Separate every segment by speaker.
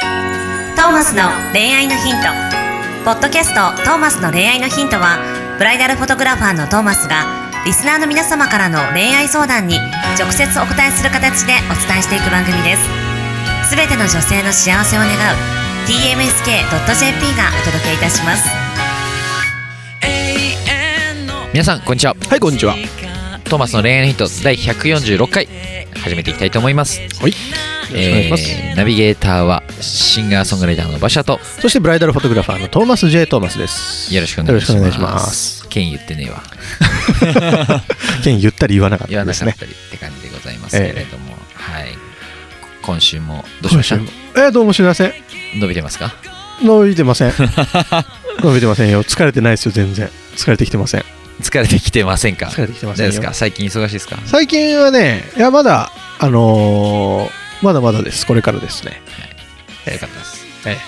Speaker 1: トーマスの恋愛のヒント」ポッドキャスト「トーマスの恋愛のヒントは」ブライダルフォトグラファーのトーマスがリスナーの皆様からの恋愛相談に直接お答えする形でお伝えしていく番組ですすべての女性の幸せを願う tmsk.jp がお届けいたします
Speaker 2: 皆さんこんにちは
Speaker 3: はいこんにちは
Speaker 2: トーマスの恋愛のヒント第146回始めていきたいと思います
Speaker 3: はいよろしくお願いします、
Speaker 2: えーナビゲーターはシンガーソングライターの馬車と
Speaker 3: そしてブライダルフォトグラファーのトーマス J トーマスです
Speaker 2: よろしくお願いし
Speaker 3: よ
Speaker 2: ま
Speaker 3: ろしくお願
Speaker 2: す
Speaker 3: いします
Speaker 2: 剣言ってねえわ
Speaker 3: 剣言ったり言わなかっ
Speaker 2: 言
Speaker 3: た
Speaker 2: わ
Speaker 3: で
Speaker 2: な
Speaker 3: す
Speaker 2: かっ
Speaker 3: ね
Speaker 2: たりって感じでございますけれども、はい今週もどうし
Speaker 3: 今
Speaker 2: ました
Speaker 3: 週もえー、どうも知らせん
Speaker 2: 伸びてますか
Speaker 3: 伸びてま せん伸びてませんよ疲れてないですよ全然疲れてきてません
Speaker 2: 疲れてきてませんか
Speaker 3: 疲れてきてません
Speaker 2: どう
Speaker 3: よ
Speaker 2: ですか最近忙しいですか
Speaker 3: 最近はねいやまだあのーまだまだですこれからですねええ
Speaker 2: よかったです
Speaker 3: ええ
Speaker 2: ちょっ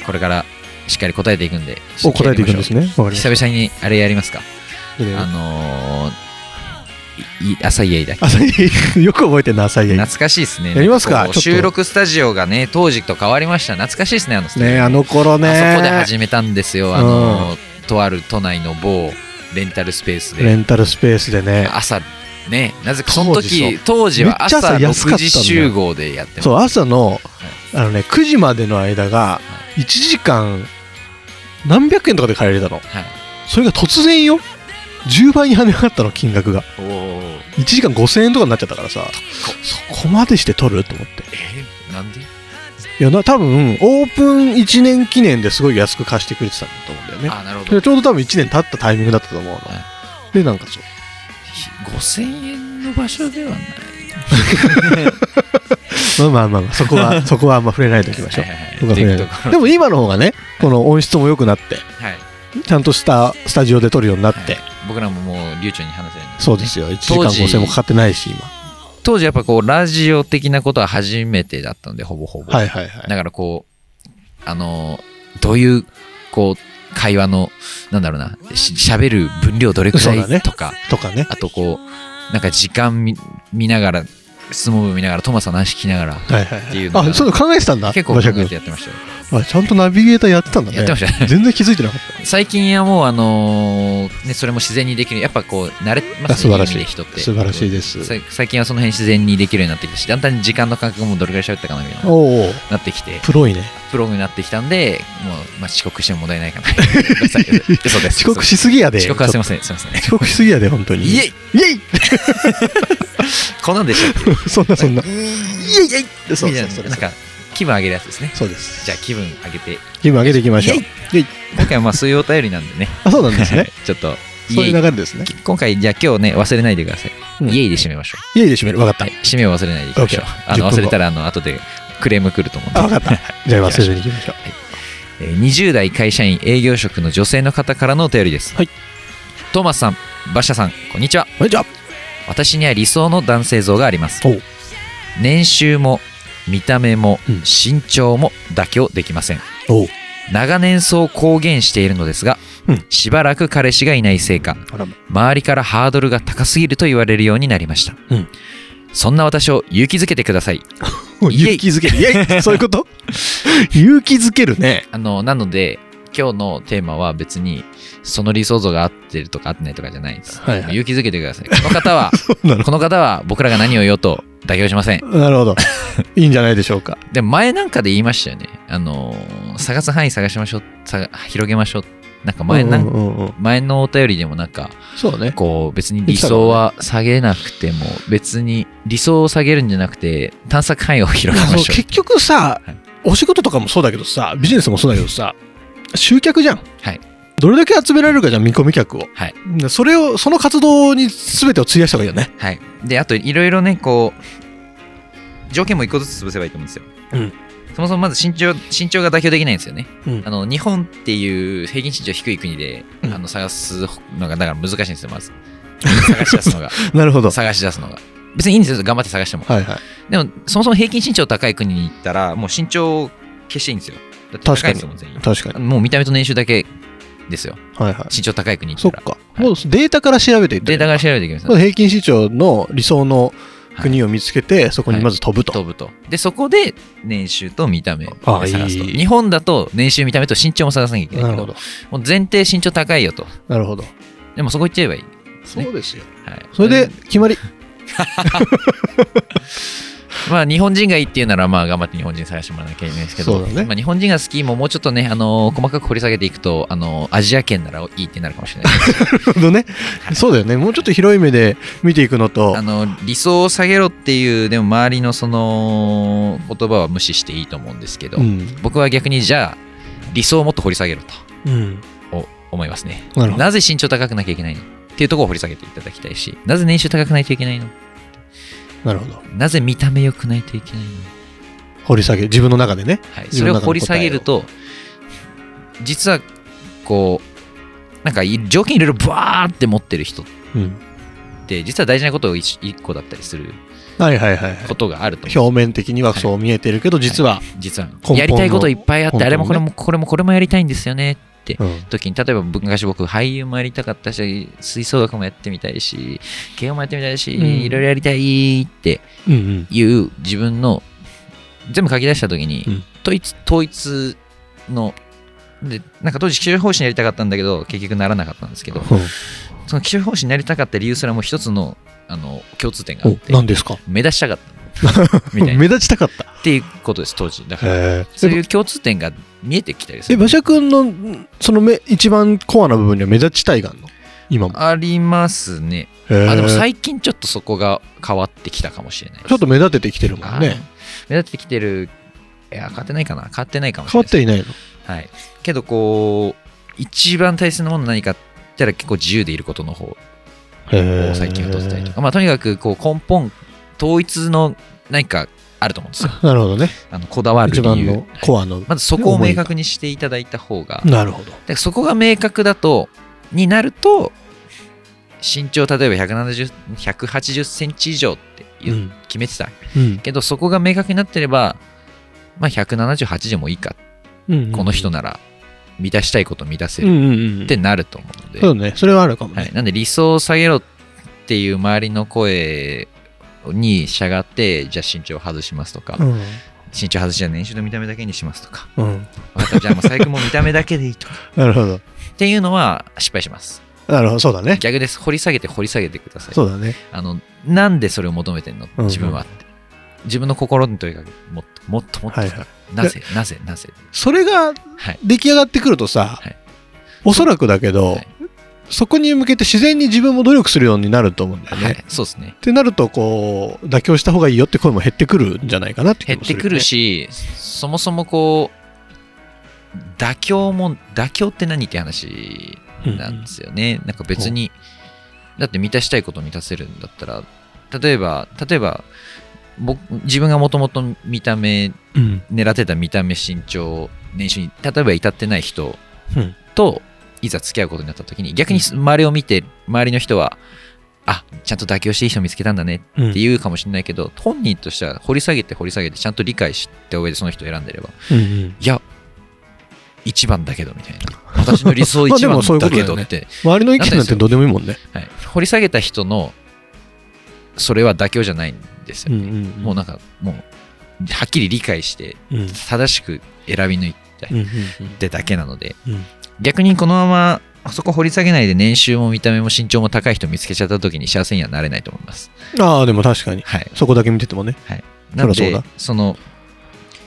Speaker 2: とこれからしっかり答えていくんで
Speaker 3: お答えていくんですねわかりました
Speaker 2: 久々にあれやりますかあのー、いい朝家だけ
Speaker 3: 朝日よく覚えてるな朝日
Speaker 2: 懐かしいですね
Speaker 3: やりますか
Speaker 2: こう
Speaker 3: ちょっと
Speaker 2: 収録スタジオがね当時と変わりました懐かしいですねあのスタジオ
Speaker 3: ねあの頃ね
Speaker 2: あそこで始めたんですよあのー、とある都内の某レンタルスペース
Speaker 3: レ
Speaker 2: で
Speaker 3: ンタルスペースでね
Speaker 2: 朝ねなぜかその
Speaker 3: 当時
Speaker 2: 時当時は朝
Speaker 3: めっちゃ朝安か
Speaker 2: 6
Speaker 3: ったんだ
Speaker 2: 時
Speaker 3: よ
Speaker 2: 集合でやってます
Speaker 3: そう朝のあの、ね、9時までの間が1時間何百円とかで借りれたの
Speaker 2: はい
Speaker 3: それが突然よ10倍に跳ね上がったの金額が
Speaker 2: おー
Speaker 3: 1時間5000円とかになっちゃったからさそこまでして取ると思って
Speaker 2: えなんで
Speaker 3: いやな多分オープン1年記念ですごい安く貸してくれてたんだと思うんだよね
Speaker 2: あなるほど
Speaker 3: でちょうど多分1年経ったタイミングだったと思うの、
Speaker 2: は
Speaker 3: でなんかそう
Speaker 2: 5000円の場所ではない
Speaker 3: まあまあまあまあそこ はそこはあんま触れないでおきましょう
Speaker 2: はいはいはい
Speaker 3: そこは触れ
Speaker 2: と
Speaker 3: な
Speaker 2: いうところ
Speaker 3: いでも今の方がねこの音質も良くなって
Speaker 2: はい、
Speaker 3: ちゃんとしたスタジオで撮るようになって、
Speaker 2: はい僕らももう流暢に話せるん
Speaker 3: そうですよ1時間
Speaker 2: 当時
Speaker 3: 5000円もかかってないし今
Speaker 2: 当時やっぱこうラジオ的なことは初めてだったんでほぼほぼ、
Speaker 3: はいはいはい
Speaker 2: だからこうあのーどういうこう会話のなんだろうなししゃべる分量どれくら
Speaker 3: そうだね
Speaker 2: いとか、
Speaker 3: とかね
Speaker 2: あとこうなんか時間見見ながら相撲部見ながらトマさんの話聞きながら
Speaker 3: はいはい
Speaker 2: っていうの
Speaker 3: は
Speaker 2: が
Speaker 3: いあそういうの考えてたんだ
Speaker 2: 結構
Speaker 3: 馬
Speaker 2: 考
Speaker 3: 車
Speaker 2: え
Speaker 3: 君
Speaker 2: てやってましたよ
Speaker 3: あちゃんとナビゲーターやってたんだね
Speaker 2: やってましたね
Speaker 3: 全然気づいてなかっ
Speaker 2: 最近はもうあのーねそれも自然にできるやっぱこう慣れま
Speaker 3: た
Speaker 2: す
Speaker 3: 素
Speaker 2: ね
Speaker 3: 晴らし
Speaker 2: いい意味で
Speaker 3: い
Speaker 2: 人って
Speaker 3: 素晴らしいです
Speaker 2: さ最近はその辺自然にできるようになってきたしだんだん時間の感覚もどれくらい喋ったかなみたいな
Speaker 3: おお
Speaker 2: なってきて
Speaker 3: プロいね
Speaker 2: プロになってきたんでもう、まあ、遅刻しても問題ないかな 嘘です嘘です
Speaker 3: 遅刻しすぎやで
Speaker 2: 遅刻はすいませ
Speaker 3: ん
Speaker 2: んすいません
Speaker 3: 遅刻しすぎやで本当に
Speaker 2: イエイ
Speaker 3: イエイ
Speaker 2: こんなんでしたっ
Speaker 3: そんなそんな
Speaker 2: け
Speaker 3: イ
Speaker 2: イエ
Speaker 3: エイイエイ
Speaker 2: イ
Speaker 3: そうそう
Speaker 2: みたい
Speaker 3: そう
Speaker 2: ななんか気分上げるやつですね
Speaker 3: そうです
Speaker 2: じゃあ気分上げて
Speaker 3: 気分上げていきましょう
Speaker 2: イ
Speaker 3: イエイ
Speaker 2: 今回はまあそういうお便りなんでね
Speaker 3: あそうなんですね
Speaker 2: ちょっと
Speaker 3: そういう
Speaker 2: イ
Speaker 3: 流
Speaker 2: エイ
Speaker 3: れですね
Speaker 2: 今回じゃあ今日ね忘れないでください、
Speaker 3: うん
Speaker 2: イエイで締めましょう
Speaker 3: イエイで締めるわかった
Speaker 2: はい、締めを忘れないでいきましょう
Speaker 3: OK。
Speaker 2: あの
Speaker 3: 10分後
Speaker 2: 忘れたらあの後でクレーム来ると思うんで
Speaker 3: あ分か ったじゃあ忘れずにいきましょう
Speaker 2: えー20代会社員営業職の女性の方からのお便りです、
Speaker 3: はい
Speaker 2: トーマスさん馬車さんこんにちは
Speaker 3: こんにちは
Speaker 2: 私には理想の男性像があります
Speaker 3: おう
Speaker 2: 年収も見た目も
Speaker 3: うん
Speaker 2: 身長も妥協できません
Speaker 3: おう
Speaker 2: 長年そう公言しているのですが、
Speaker 3: うん
Speaker 2: しばらく彼氏がいないせいか
Speaker 3: あらま
Speaker 2: 周りからハードルが高すぎると言われるようになりました、
Speaker 3: うん
Speaker 2: そんな私を勇気づけてくださいイエイ
Speaker 3: 勇気づけるイエイそういうこと 勇気づけるね
Speaker 2: あの、なので、今日のテーマは別に、その理想像が合ってるとか合ってないとかじゃないです。
Speaker 3: はいはい
Speaker 2: 勇気づけてください。この方は、
Speaker 3: そうなの
Speaker 2: この方は僕らが何を言おうと妥協しません。
Speaker 3: なる ほど。いいんじゃないでしょうか。
Speaker 2: でも前なんかで言いましたよね。あのー、探す範囲探しましょう。さが広げましょう。なんか前、なん
Speaker 3: うんうんうんうん
Speaker 2: 前のお便りでもなんか、
Speaker 3: そうね。
Speaker 2: こう別に理想は下げなくても、別に理想を下げるんじゃなくて、探索範囲を広げま
Speaker 3: そう
Speaker 2: しょう。
Speaker 3: 結局さ
Speaker 2: はい、
Speaker 3: お仕事とかもそうだけどさ、ビジネスもそうだけどさ、集客じゃん。
Speaker 2: はい
Speaker 3: どれだけ集められるかじゃん、見込み客を。
Speaker 2: はい
Speaker 3: でそれを、その活動に全てを費やした方がいいよね。
Speaker 2: はい。で、あと、いろいろね、こう、条件も一個ずつ潰せばいいと思うんですよ。
Speaker 3: うん
Speaker 2: そもそもまず身長身長が妥協できないんですよね。
Speaker 3: うん
Speaker 2: あの日本っていう平均身長低い国で、
Speaker 3: うん
Speaker 2: あの探すのがだから難しいんですよ、まず。探し出すのが。
Speaker 3: なるほど。
Speaker 2: 探し出すのが。別にいいんですよ、頑張って探しても。
Speaker 3: はいはい。
Speaker 2: でも、そもそも平均身長高い国に行ったら、もう身長を消していいんですよ。だって高いですもん、全員。
Speaker 3: 確かに。
Speaker 2: もう見た目と年収だけですよ。
Speaker 3: はいはい。
Speaker 2: 身長高い国に行
Speaker 3: そ
Speaker 2: っ
Speaker 3: った
Speaker 2: ら。
Speaker 3: か。もうデータから調べていった
Speaker 2: データから調べていきます
Speaker 3: まず平均身長の理想の国を見つけてそこにまず飛ぶと、
Speaker 2: 飛ぶとでそこで年収と見た目を
Speaker 3: あ
Speaker 2: 探すと
Speaker 3: いい
Speaker 2: 日本だと年収見た目と身長も探さなきゃいけない
Speaker 3: な
Speaker 2: け
Speaker 3: るほ
Speaker 2: ど
Speaker 3: ど
Speaker 2: もう前提身長高いよと
Speaker 3: なるほど
Speaker 2: でもそこ行っちゃえばいい、ね
Speaker 3: そうですよ
Speaker 2: はい、
Speaker 3: それで決まり
Speaker 2: まあ日本人がいいっていうならまあ頑張って日本人探してもらわなきゃいけないですけど、
Speaker 3: そうだね
Speaker 2: まあ、日本人が好きももうちょっとね、あのー細かく掘り下げていくと、あのーアジア圏ならいいってなるかもしれないです
Speaker 3: なるほどね、そうだよねもうちょっと広い目で見ていくのと
Speaker 2: あの理想を下げろっていうでも周りのその言葉は無視していいと思うんですけど、
Speaker 3: うん、
Speaker 2: 僕は逆にじゃあ理想をもっと掘り下げろと
Speaker 3: うん、
Speaker 2: お思いますね
Speaker 3: なるほど
Speaker 2: ぜ身長高くなきゃいけないのっていうところを掘り下げていただきたいしなぜ年収高くないといけないの
Speaker 3: なるほど
Speaker 2: なぜ見た目良くないといけないの
Speaker 3: 掘り下げ自分の中でね
Speaker 2: はい、
Speaker 3: 自
Speaker 2: それ
Speaker 3: 分の中
Speaker 2: を
Speaker 3: の
Speaker 2: 掘り下げると実はこうなんかい条件いろいろバーって持ってる人っ
Speaker 3: うん
Speaker 2: て実は大事なことを一一個だったりする
Speaker 3: はいはいはいはい
Speaker 2: ことがあると思う
Speaker 3: 表面的にはそう見えてるけど実は、
Speaker 2: 実は
Speaker 3: 本の
Speaker 2: やりたいこといっぱいあっ
Speaker 3: 根本
Speaker 2: て
Speaker 3: の
Speaker 2: あれもこれもこれもこれもやりたいんですよねは
Speaker 3: うん
Speaker 2: 時に例えば昔僕俳優もやりたかったし吹奏楽もやってみたいし芸もやってみたいし、
Speaker 3: うん
Speaker 2: いろいろやりたいって
Speaker 3: うんうん
Speaker 2: いう自分の全部書き出した時に、
Speaker 3: うん
Speaker 2: 統一統一のでなんか当時気象予報士になりたかったんだけど結局ならなかったんですけどその気象予報士になりたかった理由すらもう一つのあの共通点があっ
Speaker 3: お
Speaker 2: て
Speaker 3: 何ですか
Speaker 2: 目立ちたかった みたいな
Speaker 3: 目
Speaker 2: っ
Speaker 3: 立ちたかった
Speaker 2: ていうことです当時だから
Speaker 3: へ
Speaker 2: そうい
Speaker 3: え
Speaker 2: う共通点が見えてきたりす
Speaker 3: え
Speaker 2: る
Speaker 3: 馬車君のんその目一番コアな部分には目立ちたいがあるの今も
Speaker 2: ありますね
Speaker 3: へえ
Speaker 2: あでも最近ちょっとそこが変わってきたかもしれないです
Speaker 3: ちょっと目立ててきてるもん
Speaker 2: あー
Speaker 3: ね
Speaker 2: 目立ってきてるいや変わってないかな変わってないかもし
Speaker 3: 変
Speaker 2: れ
Speaker 3: わ
Speaker 2: な
Speaker 3: っ
Speaker 2: いです
Speaker 3: ていないの
Speaker 2: はい、けどこう一番大切なものは何かって言ったら結構自由でいることの方を
Speaker 3: へえ
Speaker 2: 最近はとってたりとか、まあ、とにかくこう根本統一の何かあると思うんですよ
Speaker 3: なるほどね
Speaker 2: あのこだわる
Speaker 3: 一
Speaker 2: 理
Speaker 3: 番
Speaker 2: 由
Speaker 3: のコアの
Speaker 2: まずそこを明確にしていただいた方が
Speaker 3: なるほど
Speaker 2: でそこが明確だとになると身長例えば170 180センチ以上って
Speaker 3: う
Speaker 2: 言うん決めてた
Speaker 3: うん
Speaker 2: けどそこが明確になってれば、まあ、178でもいいか、
Speaker 3: うん
Speaker 2: この人
Speaker 3: の
Speaker 2: なら満たしたいこと満たせ
Speaker 3: うん
Speaker 2: る
Speaker 3: うんうん
Speaker 2: ってなると思うので、
Speaker 3: そうねそれはあるかも
Speaker 2: はい、
Speaker 3: ね
Speaker 2: なんで理想を下げろっていう周りの声に従ってじゃあ身長を外しますとか、
Speaker 3: うん
Speaker 2: 身長外しじゃあ年収の見た目だけにしますとか
Speaker 3: うん
Speaker 2: 分かったじゃあもう細工も見た目だけでいい とか
Speaker 3: なるほど
Speaker 2: っていうのは失敗します
Speaker 3: なるほどそうだね
Speaker 2: 逆です掘り下げて掘り下げてください
Speaker 3: そうだね
Speaker 2: あのなんでそれを求めてんの
Speaker 3: うん
Speaker 2: 自分はって、自分の心にとにかくもっともっともっと、
Speaker 3: はいはい
Speaker 2: なぜなぜなぜ
Speaker 3: それが
Speaker 2: はい
Speaker 3: 出来上がってくるとさ
Speaker 2: はい
Speaker 3: おそらくだけど
Speaker 2: はい
Speaker 3: そこに向けて自然に自分も努力するようになると思うんだよね、
Speaker 2: は
Speaker 3: っ
Speaker 2: い、そうですね
Speaker 3: てなるとこう妥協した方がいいよって声も減ってくるんじゃないかなって気
Speaker 2: 減っ
Speaker 3: もす
Speaker 2: て
Speaker 3: るよね、
Speaker 2: くるし、そもそもこう妥協も妥協って何って話なんですよね、なんか別にだって満たしたいことを満たせるんだったら例えば例えば僕自分がもともと見た目
Speaker 3: うん
Speaker 2: 狙ってた見た目身長年収に例えば至ってない人
Speaker 3: うん
Speaker 2: といざ付き合うことになった時に逆に周りを見て周りの人はあちゃんと妥協していい人見つけたんだね
Speaker 3: うん
Speaker 2: って言うかもしれないけど、本人としては掘り下げて掘り下げてちゃんと理解した上でその人を選んでれば
Speaker 3: うんうん
Speaker 2: いや一番だけどみたいな私の理想一
Speaker 3: まあで
Speaker 2: 番
Speaker 3: もそういうこ
Speaker 2: だ
Speaker 3: とだ
Speaker 2: け
Speaker 3: よね
Speaker 2: どって、
Speaker 3: 周りの意見なんてどうでもいいもんね
Speaker 2: はい、掘り下げた人のそれは妥協じゃないんですよ、もうなんかもうはっきり理解して
Speaker 3: うんうん
Speaker 2: 正しく選び抜い
Speaker 3: うんうん
Speaker 2: てだけなので、
Speaker 3: うん
Speaker 2: 逆にこのままそこ掘り下げないで年収も見た目も身長も高い人見つけちゃった時に幸せにはなれないと思います。
Speaker 3: ああでも確かに
Speaker 2: はい、
Speaker 3: そこだけ見ててもね
Speaker 2: なの
Speaker 3: そりゃ
Speaker 2: で
Speaker 3: そう
Speaker 2: そ
Speaker 3: だ
Speaker 2: の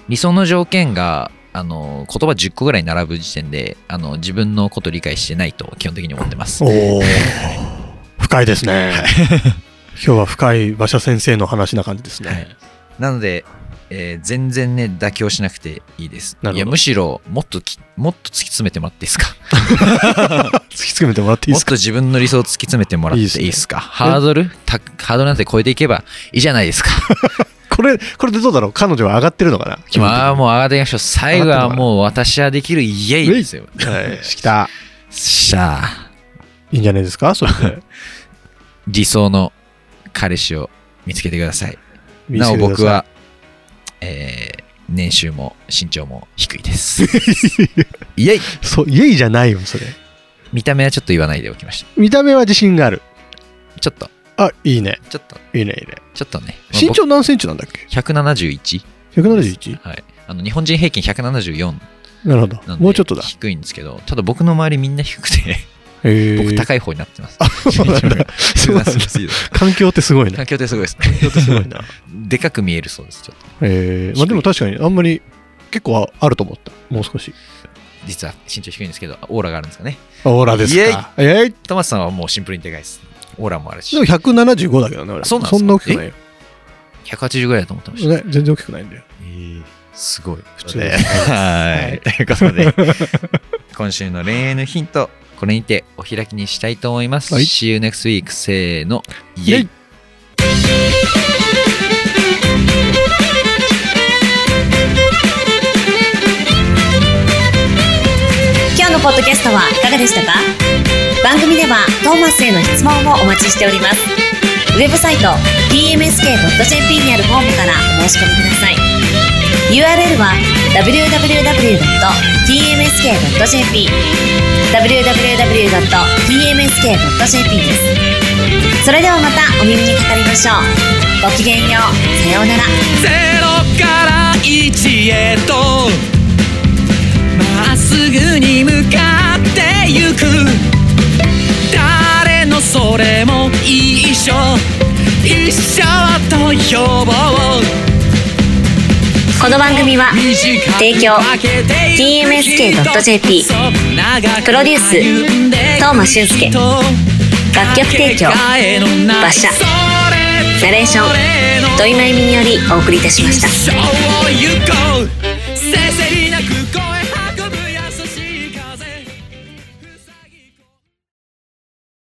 Speaker 2: 理想の条件があの言葉10個ぐらい並ぶ時点であの自分のこと理解してないと基本的に思ってます
Speaker 3: お。お 深いですね 今日は深い馬車先生の話な感じですね、
Speaker 2: はいなので、えー全然ね妥協しなくていいです。
Speaker 3: なるほど
Speaker 2: いやむしろもっときもっと突き詰めてもらっていいですか
Speaker 3: 突き詰めてもらっていいで
Speaker 2: もっ
Speaker 3: すか
Speaker 2: と自分の理想を突き詰めてもらっていいですかハードルたハードルなんて超えていけばいいじゃな いですか。
Speaker 3: これこれでどうだろう彼女は上がってるのかな気分的に
Speaker 2: まあもう上がっていきましょう。最後はもう私はできるイエイですよ。
Speaker 3: はい来た
Speaker 2: しゃあ。
Speaker 3: いいんじゃないですかそれで
Speaker 2: 理想の彼氏を見つけてください。
Speaker 3: 見
Speaker 2: な
Speaker 3: せ
Speaker 2: お
Speaker 3: てくだ
Speaker 2: 僕
Speaker 3: さい
Speaker 2: は、えー年収も身長も低いです。イエイ
Speaker 3: そう イエイじゃないよそれ
Speaker 2: 見た目はちょっと言わないでおきまし
Speaker 3: 見た目は自信がある
Speaker 2: た。ちょっと。
Speaker 3: あ、いいね。
Speaker 2: ちょっと、
Speaker 3: いいね、いいね。
Speaker 2: ちょっとね。まあ
Speaker 3: 身長何センチなんだっけ
Speaker 2: 僕 171?
Speaker 3: 171?
Speaker 2: はい。あの、日本人平均174
Speaker 3: なるほど
Speaker 2: なん。で、
Speaker 3: もうちょっとだ。
Speaker 2: 低いんですけど、ただ僕の周りみんな低くて、
Speaker 3: へ
Speaker 2: 僕
Speaker 3: ー
Speaker 2: 高い方になってます。
Speaker 3: そうなんだそうなんだ
Speaker 2: すいません
Speaker 3: 環境ってすごいね
Speaker 2: 環。境ってすごいですね。
Speaker 3: すごいな。
Speaker 2: でかく見えるそうです、ちょっと。
Speaker 3: えー、まあでも確かにあんまり結構あると思った。もう少し。
Speaker 2: 実は身長低いんですけど、オーラがあるんですかね。
Speaker 3: あオーラですか。ええ
Speaker 2: トマスさんはもうシンプルにでかいです。オーラもあるし
Speaker 3: でも、175だけどね、俺。
Speaker 2: そうなんですか
Speaker 3: んな大きくないよ。
Speaker 2: 180ぐらいだと思ってました。
Speaker 3: ね、全然大きくないんだよ。
Speaker 2: すごい。普
Speaker 3: 通
Speaker 2: で。はい。ということで、 今週の恋愛のヒント、これにてお開きにしたいと思います。
Speaker 3: はい
Speaker 2: See you next week. せーの。イ
Speaker 3: イ
Speaker 2: ェ
Speaker 3: ェ
Speaker 2: イ
Speaker 3: イ
Speaker 1: 今日のポッドキャストはいかがでしたか番組ではトーマスへの質問もお待ちしておりますウェブサイト tmsk.jp にあるフォームからお申し込みください URL は www.tmsk.jp www.tmsk.jp ですそれではまたお耳にかかりましょうごきげんようさようなら
Speaker 4: ゼロから一へとまっすぐに向かってゆく誰のそれも一緒一緒と呼ぼう
Speaker 1: この番組は提供 TMSK.jp プロデュース東間俊介楽曲提供馬車ナレーション土井真由美によりお送りいたしました
Speaker 4: 一生を行こうせせり